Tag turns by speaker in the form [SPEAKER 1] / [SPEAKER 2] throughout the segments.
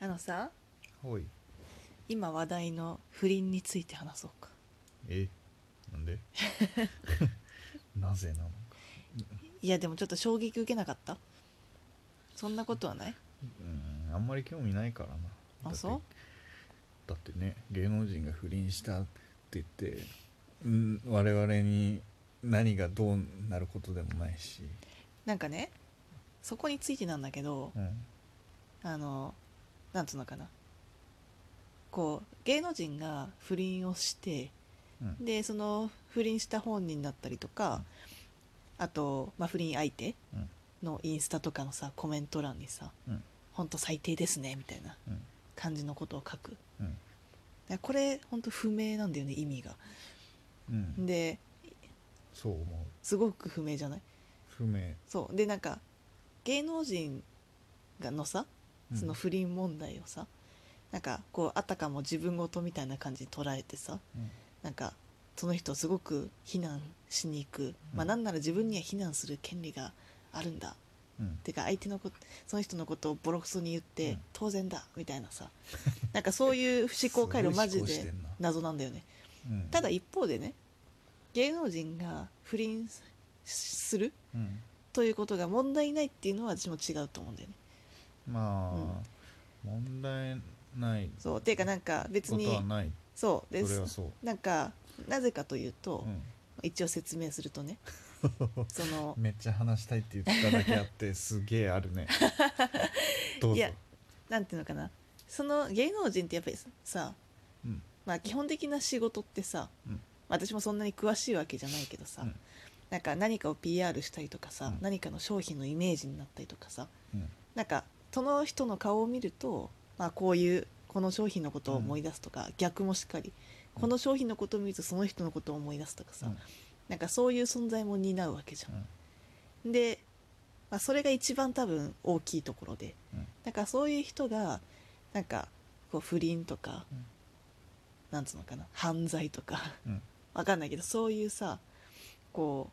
[SPEAKER 1] あのさ
[SPEAKER 2] おい
[SPEAKER 1] 今話題の不倫について話そうか
[SPEAKER 2] えな んでなぜなのか
[SPEAKER 1] いやでもちょっと衝撃受けなかったそんなことはない
[SPEAKER 2] うんあんまり興味ないからなだ
[SPEAKER 1] あ
[SPEAKER 2] って
[SPEAKER 1] そう
[SPEAKER 2] だってね芸能人が不倫したって言って、うん、我々に何がどうなることでもないし、
[SPEAKER 1] なんかねそこについてなんだけど
[SPEAKER 2] うん、
[SPEAKER 1] あのなんつうのかなこう芸能人が不倫をして
[SPEAKER 2] うん
[SPEAKER 1] でその不倫した本人だったりとかあと、まあ、不倫相手
[SPEAKER 2] うん
[SPEAKER 1] のインスタとかのさコメント欄にさ
[SPEAKER 2] うん
[SPEAKER 1] 「ほんと最低ですね」みたいな
[SPEAKER 2] うん
[SPEAKER 1] 感じのことを書く
[SPEAKER 2] うん
[SPEAKER 1] でこれほんと不明なんだよね意味が
[SPEAKER 2] うん
[SPEAKER 1] で
[SPEAKER 2] そう思う
[SPEAKER 1] すごく不明じゃない
[SPEAKER 2] 不明、
[SPEAKER 1] そうでなんか芸能人がのさ
[SPEAKER 2] うん
[SPEAKER 1] その不倫問題をさ、なんかこうあたかも自分事みたいな感じに捉えてさ
[SPEAKER 2] うん
[SPEAKER 1] なんかその人をすごく非難しに行く、ま
[SPEAKER 2] う
[SPEAKER 1] あ
[SPEAKER 2] ん
[SPEAKER 1] なんなら自分には非難する権利があるんだ
[SPEAKER 2] うん
[SPEAKER 1] てか相手のこその人のことをボロクソに言って、
[SPEAKER 2] うん
[SPEAKER 1] 当然だみたいなさなんかそういう思考回路マジ
[SPEAKER 2] すごい
[SPEAKER 1] で
[SPEAKER 2] 思考してんな
[SPEAKER 1] 謎なんだよね
[SPEAKER 2] うん
[SPEAKER 1] ただ一方でね芸能人が不倫する
[SPEAKER 2] うん
[SPEAKER 1] ということが問題ないっていうのは私も違うと思うんだよね
[SPEAKER 2] まあ、問題ない
[SPEAKER 1] そうていうかなんか別
[SPEAKER 2] こと
[SPEAKER 1] に
[SPEAKER 2] はない
[SPEAKER 1] そうで
[SPEAKER 2] それ
[SPEAKER 1] す
[SPEAKER 2] はそう、
[SPEAKER 1] なんかなぜかというと、
[SPEAKER 2] うん
[SPEAKER 1] 一応説明するとねその
[SPEAKER 2] めっちゃ話したいって言っただけあってすげえある ねどうぞ
[SPEAKER 1] いやなんていうのかなその芸能人ってやっぱりさ、
[SPEAKER 2] うん
[SPEAKER 1] まあ、基本的な仕事ってさ、
[SPEAKER 2] うん
[SPEAKER 1] 私もそんなに詳しいわけじゃないけどさ、
[SPEAKER 2] うん
[SPEAKER 1] なんか何かを PR したりとかさ、
[SPEAKER 2] うん
[SPEAKER 1] 何かの商品のイメージになったりとかさ
[SPEAKER 2] うん
[SPEAKER 1] なんかその人の顔を見ると、まあ、こういうこの商品のことを思い出すとか、逆もしっかり
[SPEAKER 2] うん
[SPEAKER 1] この商品のことを見るとその人のことを思い出すとかさ、
[SPEAKER 2] うん
[SPEAKER 1] なんかそういう存在も担うわけじゃん。で、まあ、それが一番多分大きいところで、
[SPEAKER 2] うん
[SPEAKER 1] だからそういう人がなんかこう不倫とか、
[SPEAKER 2] うん
[SPEAKER 1] なんつうのかな犯罪とか
[SPEAKER 2] うん
[SPEAKER 1] わかんないけどそういうさこう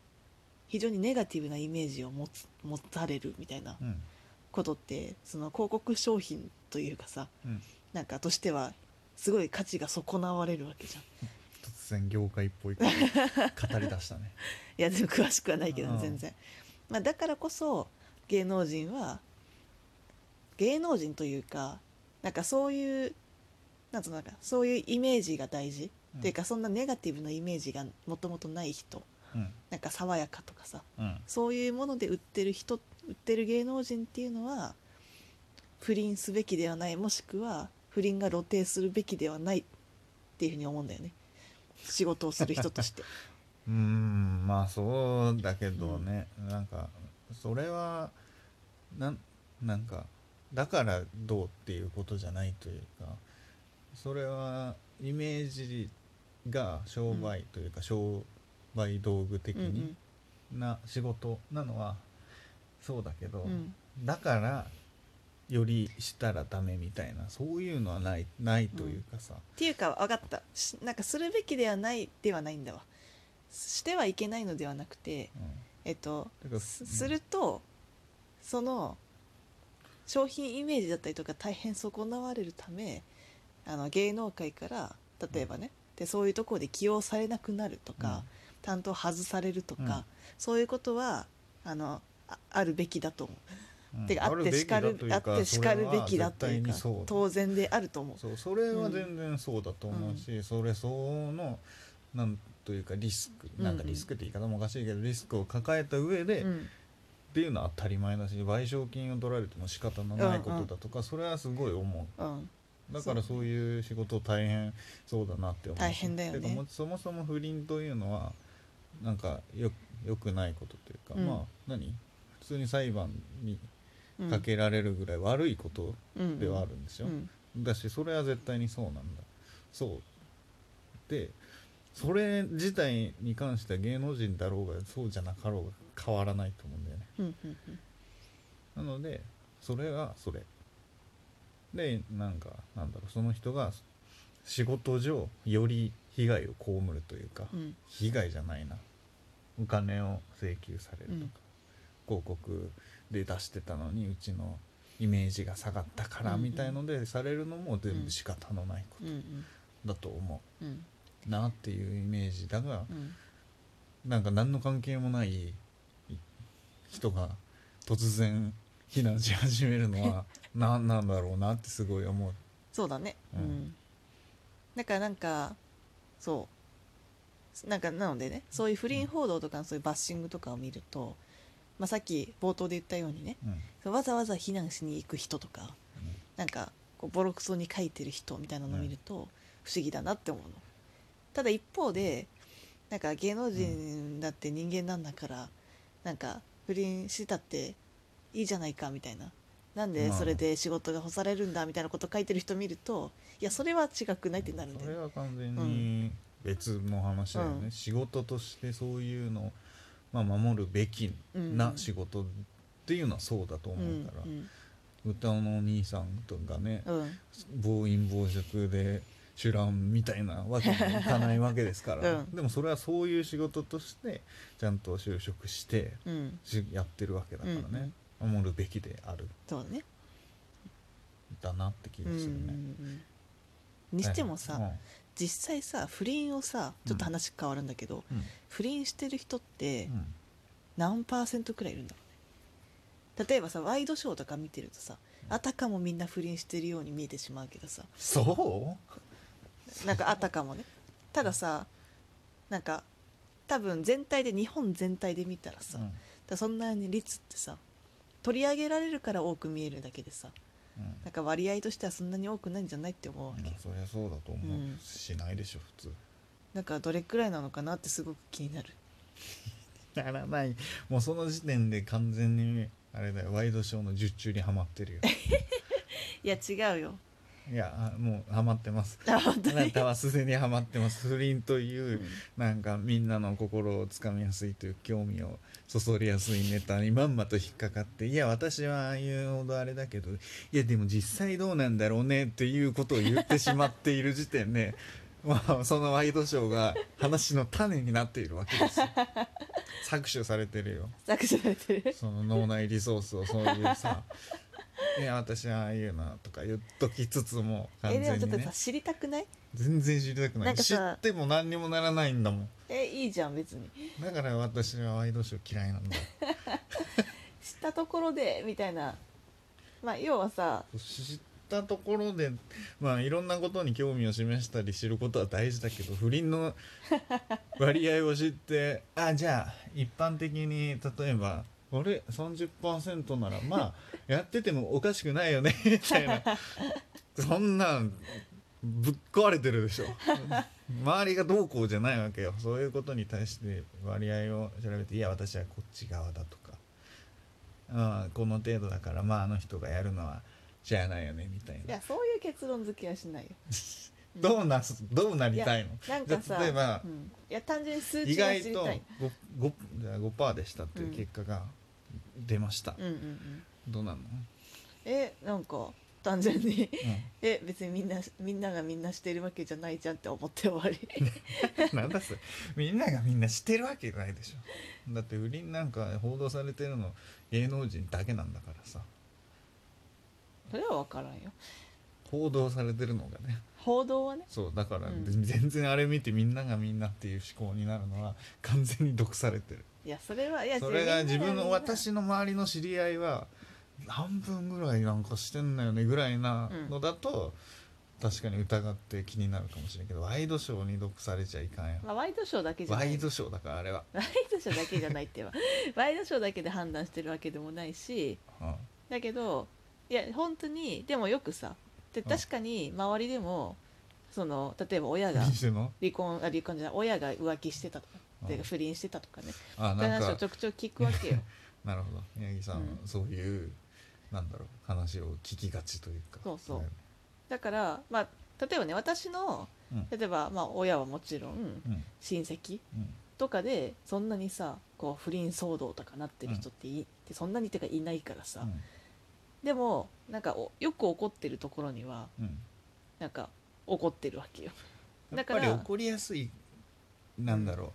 [SPEAKER 1] 非常にネガティブなイメージを持つ持たれるみたいな
[SPEAKER 2] うん
[SPEAKER 1] ことってその広告商品というかさ
[SPEAKER 2] うん
[SPEAKER 1] なんかとしてはすごい価値が損なわれるわけじゃんい
[SPEAKER 2] 突然業界っぽいこと語り出したね
[SPEAKER 1] やでも詳しくはないけどね
[SPEAKER 2] うん
[SPEAKER 1] 全然、まあ、だからこそ芸能人は芸能人というかなんかそういうなんつうのかそういうイメージが大事、
[SPEAKER 2] うん
[SPEAKER 1] っていうかそんなネガティブなイメージがもともとない人
[SPEAKER 2] うん
[SPEAKER 1] なんか爽やかとかさ
[SPEAKER 2] うん
[SPEAKER 1] そういうもので売ってる人売ってる芸能人っていうのは不倫すべきではないもしくは不倫が露呈するべきではないっていうふうに思うんだよね仕事をする人として
[SPEAKER 2] うーんまあそうだけどね、なんかそれはなんなんかだからどうっていうことじゃないというかそれはイメージが商売というか、商売道具 的
[SPEAKER 1] うんう
[SPEAKER 2] に
[SPEAKER 1] ん
[SPEAKER 2] な仕事なのはそうだけど、
[SPEAKER 1] うん
[SPEAKER 2] だからよりしたらダメみたいなそういうのはないないというかさ、
[SPEAKER 1] っていうか分かったしなんかするべきではないではないんだわしてはいけないのではなくて
[SPEAKER 2] うん
[SPEAKER 1] えっと
[SPEAKER 2] てか
[SPEAKER 1] すするとその商品イメージだったりとか大変損なわれるためあの芸能界から例えばね、でそういうところで起用されなくなるとか、担当外されるとか、
[SPEAKER 2] うん
[SPEAKER 1] そういうことはあのああるべきだと思う。
[SPEAKER 2] うん
[SPEAKER 1] てかあってしかる
[SPEAKER 2] べき
[SPEAKER 1] あっ
[SPEAKER 2] だとい
[SPEAKER 1] て
[SPEAKER 2] う
[SPEAKER 1] しかるべきだ
[SPEAKER 2] そ
[SPEAKER 1] というか
[SPEAKER 2] れは絶対にそう
[SPEAKER 1] 当然であると思う。
[SPEAKER 2] そうそれは全然そうだと思うし、それ相応のなんというかリスク
[SPEAKER 1] うん
[SPEAKER 2] なんかリスクって言い方もおかしいけど、リスクを抱えた上で、
[SPEAKER 1] う
[SPEAKER 2] っ
[SPEAKER 1] ん
[SPEAKER 2] ていうのは当たり前だし賠償金を取られても仕方のないことだとか、それはすごい思
[SPEAKER 1] うん
[SPEAKER 2] うだから
[SPEAKER 1] そう
[SPEAKER 2] そういう仕事大変そうだなって思うし
[SPEAKER 1] 大変だよね
[SPEAKER 2] てかもそもそも不倫というのはなんかよよくないことというか、
[SPEAKER 1] うん
[SPEAKER 2] まあ何普通に裁判に
[SPEAKER 1] うん
[SPEAKER 2] かけられるぐらい悪いこと
[SPEAKER 1] うん
[SPEAKER 2] ではあるんですよ、
[SPEAKER 1] うん
[SPEAKER 2] だしそれは絶対にそうなんだそうでそれ自体に関しては芸能人だろうがそうじゃなかろうが変わらないと思うんだよね
[SPEAKER 1] うんうんうん
[SPEAKER 2] なのでそれはそれでなんかなんだろうその人が仕事上より被害を被るというか、
[SPEAKER 1] うん
[SPEAKER 2] 被害じゃないなお金を請求されるとか、広告で出してたのにうちのイメージが下がったから
[SPEAKER 1] うんうん
[SPEAKER 2] みたいのでされるのも全部仕方のないこ
[SPEAKER 1] うんうん
[SPEAKER 2] とだと思
[SPEAKER 1] うん
[SPEAKER 2] うなっていうイメージだが
[SPEAKER 1] うん
[SPEAKER 2] なんか何の関係もないい人が突然避難し始めるの は何なんだろうなってすごい思う。
[SPEAKER 1] そうだね
[SPEAKER 2] う
[SPEAKER 1] うんんだからなんかそうなんかなのでねそういう不倫報道とかのそういうバッシングとかを見ると、まあ、さっき冒頭で言ったようにね
[SPEAKER 2] うん
[SPEAKER 1] わざわざ避難しに行く人とか
[SPEAKER 2] うん
[SPEAKER 1] なんかこうボロクソに書いてる人みたいなのを見ると不思議だなって思うのただ一方でなんか芸能人だって人間なんだからなんか不倫したっていいじゃないかみたいななんで
[SPEAKER 2] まあ
[SPEAKER 1] それで仕事が干されるんだみたいなこと書いてる人見るといやそれは違くないってなるんだ
[SPEAKER 2] それ
[SPEAKER 1] よ
[SPEAKER 2] は完全に別の話だよ
[SPEAKER 1] う
[SPEAKER 2] ね、
[SPEAKER 1] ん
[SPEAKER 2] 仕事としてそういうのを、まあ、守るべきな仕事っていうのはそうだと
[SPEAKER 1] うん
[SPEAKER 2] 思うから、
[SPEAKER 1] うん
[SPEAKER 2] 歌のお兄さんとかね
[SPEAKER 1] うん
[SPEAKER 2] 暴飲暴食で酒乱みたいなわけにもいかないわけですから、
[SPEAKER 1] うん
[SPEAKER 2] でもそれはそういう仕事としてちゃんと就職して
[SPEAKER 1] うん
[SPEAKER 2] しやってるわけだからね、守るべきである
[SPEAKER 1] そうだね
[SPEAKER 2] だなって気
[SPEAKER 1] う
[SPEAKER 2] が
[SPEAKER 1] んうん
[SPEAKER 2] す
[SPEAKER 1] う
[SPEAKER 2] るね。
[SPEAKER 1] んにしてもさ、
[SPEAKER 2] ね
[SPEAKER 1] 実際さ不倫をさちょっと話変わるんだけど、
[SPEAKER 2] うん
[SPEAKER 1] 不倫してる人って、
[SPEAKER 2] うん
[SPEAKER 1] 何パーセントくらいいるんだろうね例えばさワイドショーとか見てるとさあたかもみんな不倫してるように見えてしまうけどさ
[SPEAKER 2] そう
[SPEAKER 1] なんかあたかもねたださなんか多分全体で日本全体で見たらさ、
[SPEAKER 2] うん
[SPEAKER 1] だそんなに率ってさ取り上げられるから多く見えるだけでさ
[SPEAKER 2] うん
[SPEAKER 1] なんか割合としてはそんなに多くないんじゃないって思うわ
[SPEAKER 2] ま
[SPEAKER 1] け、
[SPEAKER 2] あそりゃそうだと思う、
[SPEAKER 1] うん
[SPEAKER 2] しないでしょ普通
[SPEAKER 1] なんかどれくらいなのかなってすごく気になる
[SPEAKER 2] ならないもうその時点で完全にあれだよワイドショーの術中にはまっ てるよ
[SPEAKER 1] いや違うよ
[SPEAKER 2] いやあもうはまってます
[SPEAKER 1] あ本
[SPEAKER 2] あ
[SPEAKER 1] 当
[SPEAKER 2] な
[SPEAKER 1] に
[SPEAKER 2] たはすでにはまってます不倫という、
[SPEAKER 1] うん
[SPEAKER 2] なんかみんなの心をつかみやすいという興味をそそりやすいネタにまんまと引っかかっていや私はああいうほどあれだけどいやでも実際どうなんだろうねっていうことを言ってしまっている時点で まあそのワイドショーが話の種になっているわ けですよ搾取されてるよ
[SPEAKER 1] 削除されてる
[SPEAKER 2] その脳内リソースをそういうさいや私はああいうなとか言っときつつも完
[SPEAKER 1] え
[SPEAKER 2] 全
[SPEAKER 1] でもちょっ
[SPEAKER 2] に
[SPEAKER 1] と
[SPEAKER 2] ね
[SPEAKER 1] さ知りたくない
[SPEAKER 2] 全然知りたくな
[SPEAKER 1] ないんか
[SPEAKER 2] 知っ
[SPEAKER 1] さ
[SPEAKER 2] ても何にもならないんだもん
[SPEAKER 1] えいいじゃん別に
[SPEAKER 2] だから私はワイドショー嫌 いなんだ
[SPEAKER 1] したところでみたいなまあ要はさ
[SPEAKER 2] 知ったところで まあいろんなことに興味を示したり知ることは大事だけど不倫の割合を知ってあじゃあ一般的に例えばあれ30%ならまあやっててもおかしくないよねみたいなそんなんぶっ壊れてるでしょ周りがどうこうじゃないわけよそういうことに対して割合を調べていや私はこっち側だとかああこの程度だからまああの人がやるのはしゃあないよねみたい
[SPEAKER 1] い
[SPEAKER 2] な
[SPEAKER 1] やそういう結論付けはしないよ
[SPEAKER 2] どうなすどうなりたいの
[SPEAKER 1] なんかさ
[SPEAKER 2] 例えば
[SPEAKER 1] うん、いや単純に数
[SPEAKER 2] 意
[SPEAKER 1] 値が
[SPEAKER 2] 外
[SPEAKER 1] 知り
[SPEAKER 2] と
[SPEAKER 1] たい
[SPEAKER 2] 5, 5, じゃあ5%でしたっていう結果が出ました、
[SPEAKER 1] うんうんうん
[SPEAKER 2] どうなの、
[SPEAKER 1] えなんか単純に
[SPEAKER 2] う
[SPEAKER 1] え別にみんなみんながみんなしてるわけじゃないじゃんって思って終わ り
[SPEAKER 2] ん、なんだそれみんながみんな知ってるわけないでしょだって不倫なんか報道されてるの芸能人だけなんだからさ
[SPEAKER 1] それは分からんよ
[SPEAKER 2] 報道されてるのがね
[SPEAKER 1] 報道はね
[SPEAKER 2] そうだから、
[SPEAKER 1] うん
[SPEAKER 2] 全然あれ見てみんながみんなっていう思考になるのは完全に毒されてる
[SPEAKER 1] いやそれはいや
[SPEAKER 2] それが自
[SPEAKER 1] みんな
[SPEAKER 2] 分
[SPEAKER 1] みんな
[SPEAKER 2] の私の周りの知り合いは半分ぐらいなんかしてんだよねぐらいなのだと、確かに疑って気になるかもしれないけどワイドショーに毒されちゃいかんよ
[SPEAKER 1] まあ、ワイドショーだけじゃな
[SPEAKER 2] ワ
[SPEAKER 1] い
[SPEAKER 2] イドショーだからあれは、
[SPEAKER 1] ワイドショーだけじゃないってばワイドショーだけで判断してるわけでもないし
[SPEAKER 2] うん
[SPEAKER 1] だけどいや本当にでもよくさで
[SPEAKER 2] うん
[SPEAKER 1] 確かに周りでもその例えば親が
[SPEAKER 2] 何してんの
[SPEAKER 1] 離婚あ離婚じゃない親が浮気してたとか
[SPEAKER 2] うん
[SPEAKER 1] てか不倫してたとかね
[SPEAKER 2] あ
[SPEAKER 1] そういう
[SPEAKER 2] な
[SPEAKER 1] 話を
[SPEAKER 2] んか
[SPEAKER 1] ちょくちょく聞くわ けよ
[SPEAKER 2] なるほど宮城さんは
[SPEAKER 1] う
[SPEAKER 2] そういう、なんだろう話を聞きがちというか
[SPEAKER 1] そうそうだからまあ例えばね私の
[SPEAKER 2] うん
[SPEAKER 1] 例えば、まあ、親はもちろん
[SPEAKER 2] うんうん
[SPEAKER 1] 親戚とかでそんなにさこう不倫騒動とかなってる人ってい、ってそんなにてかいないからさ、でもなんかおよく怒ってるところには
[SPEAKER 2] うん
[SPEAKER 1] なんか怒ってるわけよ
[SPEAKER 2] や
[SPEAKER 1] だ
[SPEAKER 2] っぱ
[SPEAKER 1] から
[SPEAKER 2] り怒りやすいなんだろう、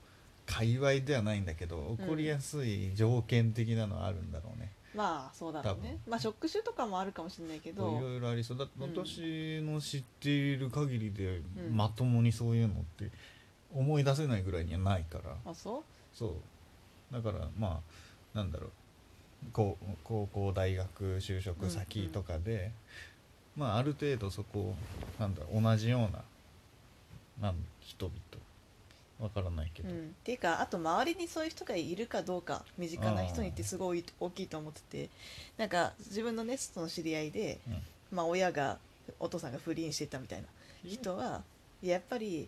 [SPEAKER 2] 界隈ではないんだけど
[SPEAKER 1] ん
[SPEAKER 2] 怒りやすい条件的なのはあるんだろうね、
[SPEAKER 1] まあそうだろう
[SPEAKER 2] 多
[SPEAKER 1] ね
[SPEAKER 2] 分
[SPEAKER 1] まあ職種とかもあるかもしれないけ
[SPEAKER 2] いろ
[SPEAKER 1] ど
[SPEAKER 2] いろありそうだって
[SPEAKER 1] うん
[SPEAKER 2] 私の知っている限りで
[SPEAKER 1] うん
[SPEAKER 2] まともにそういうのって思い出せないぐらいにはないから、
[SPEAKER 1] あそう
[SPEAKER 2] そうだからまあなんだろう高高校大学就職先とかで、まあある程度そこなんだろう同じようななん人々わからないけど、
[SPEAKER 1] うん、っていうかあと周りにそういう人がいるかどうか身近な人にってすごい大きいと思っててなんか自分のねその知り合いで、
[SPEAKER 2] うん
[SPEAKER 1] まあ、親がお父さんが不倫してたみたいな人は、いややっぱり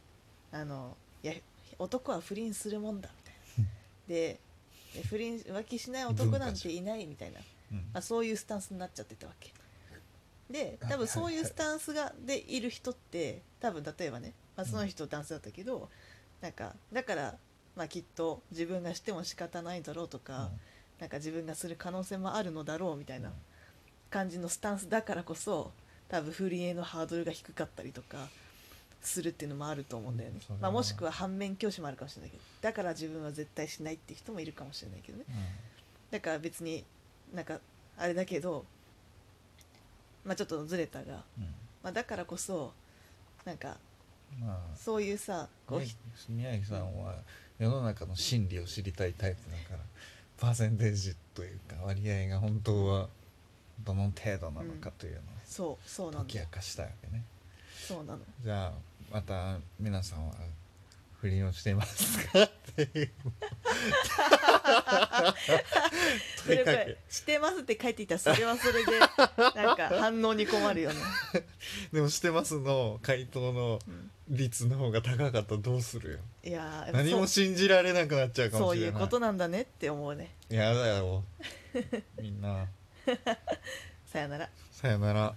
[SPEAKER 1] あのいや男は不倫するもんだみたいなでで不倫浮気しない男なんていないみたいな、
[SPEAKER 2] うん
[SPEAKER 1] まあ、そういうスタンスになっちゃってたわけで多分そういうスタンスがでいる人って多分例えばね、まあ、その人男性だったけど、なんかだから、まあ、きっと自分がしても仕方ないだろうとか、なんか自分がする可能性もあるのだろうみたいな感じのスタンスだからこそ多分不倫へのハードルが低かったりとかするっていうのもあると思うんだよね
[SPEAKER 2] うんそれ、は
[SPEAKER 1] まあ、もしくは反面教師もあるかもしれないけどだから自分は絶対しないって人もいるかもしれないけどね
[SPEAKER 2] うん
[SPEAKER 1] だから別になんかあれだけど、まあ、ちょっとずれたが、
[SPEAKER 2] うん
[SPEAKER 1] まあ、だからこそなんか
[SPEAKER 2] うんまあ
[SPEAKER 1] そういうさこう、
[SPEAKER 2] 宮宮城さんは世の中の心理を知りたいタイプだからパーセンテージというか割合が本当はどの程度なのかという
[SPEAKER 1] そうそう
[SPEAKER 2] の
[SPEAKER 1] な
[SPEAKER 2] を
[SPEAKER 1] の
[SPEAKER 2] 解き明かしたいわけね
[SPEAKER 1] そうなの
[SPEAKER 2] じゃあまた皆さんは不倫をしていますかって いう
[SPEAKER 1] それこれ「してます」って書いていたらそれはそれ でなんか反応に困るよね、
[SPEAKER 2] でもしてますの回答の
[SPEAKER 1] うん
[SPEAKER 2] 率の方が高かったらどうするよ
[SPEAKER 1] いやー
[SPEAKER 2] 何も
[SPEAKER 1] そ
[SPEAKER 2] 信じられなくなっちゃう
[SPEAKER 1] う
[SPEAKER 2] か
[SPEAKER 1] そ
[SPEAKER 2] も
[SPEAKER 1] う
[SPEAKER 2] しれ
[SPEAKER 1] い
[SPEAKER 2] ないう
[SPEAKER 1] ことなんだねって思うね
[SPEAKER 2] やだよみんな
[SPEAKER 1] さよなら
[SPEAKER 2] さよなら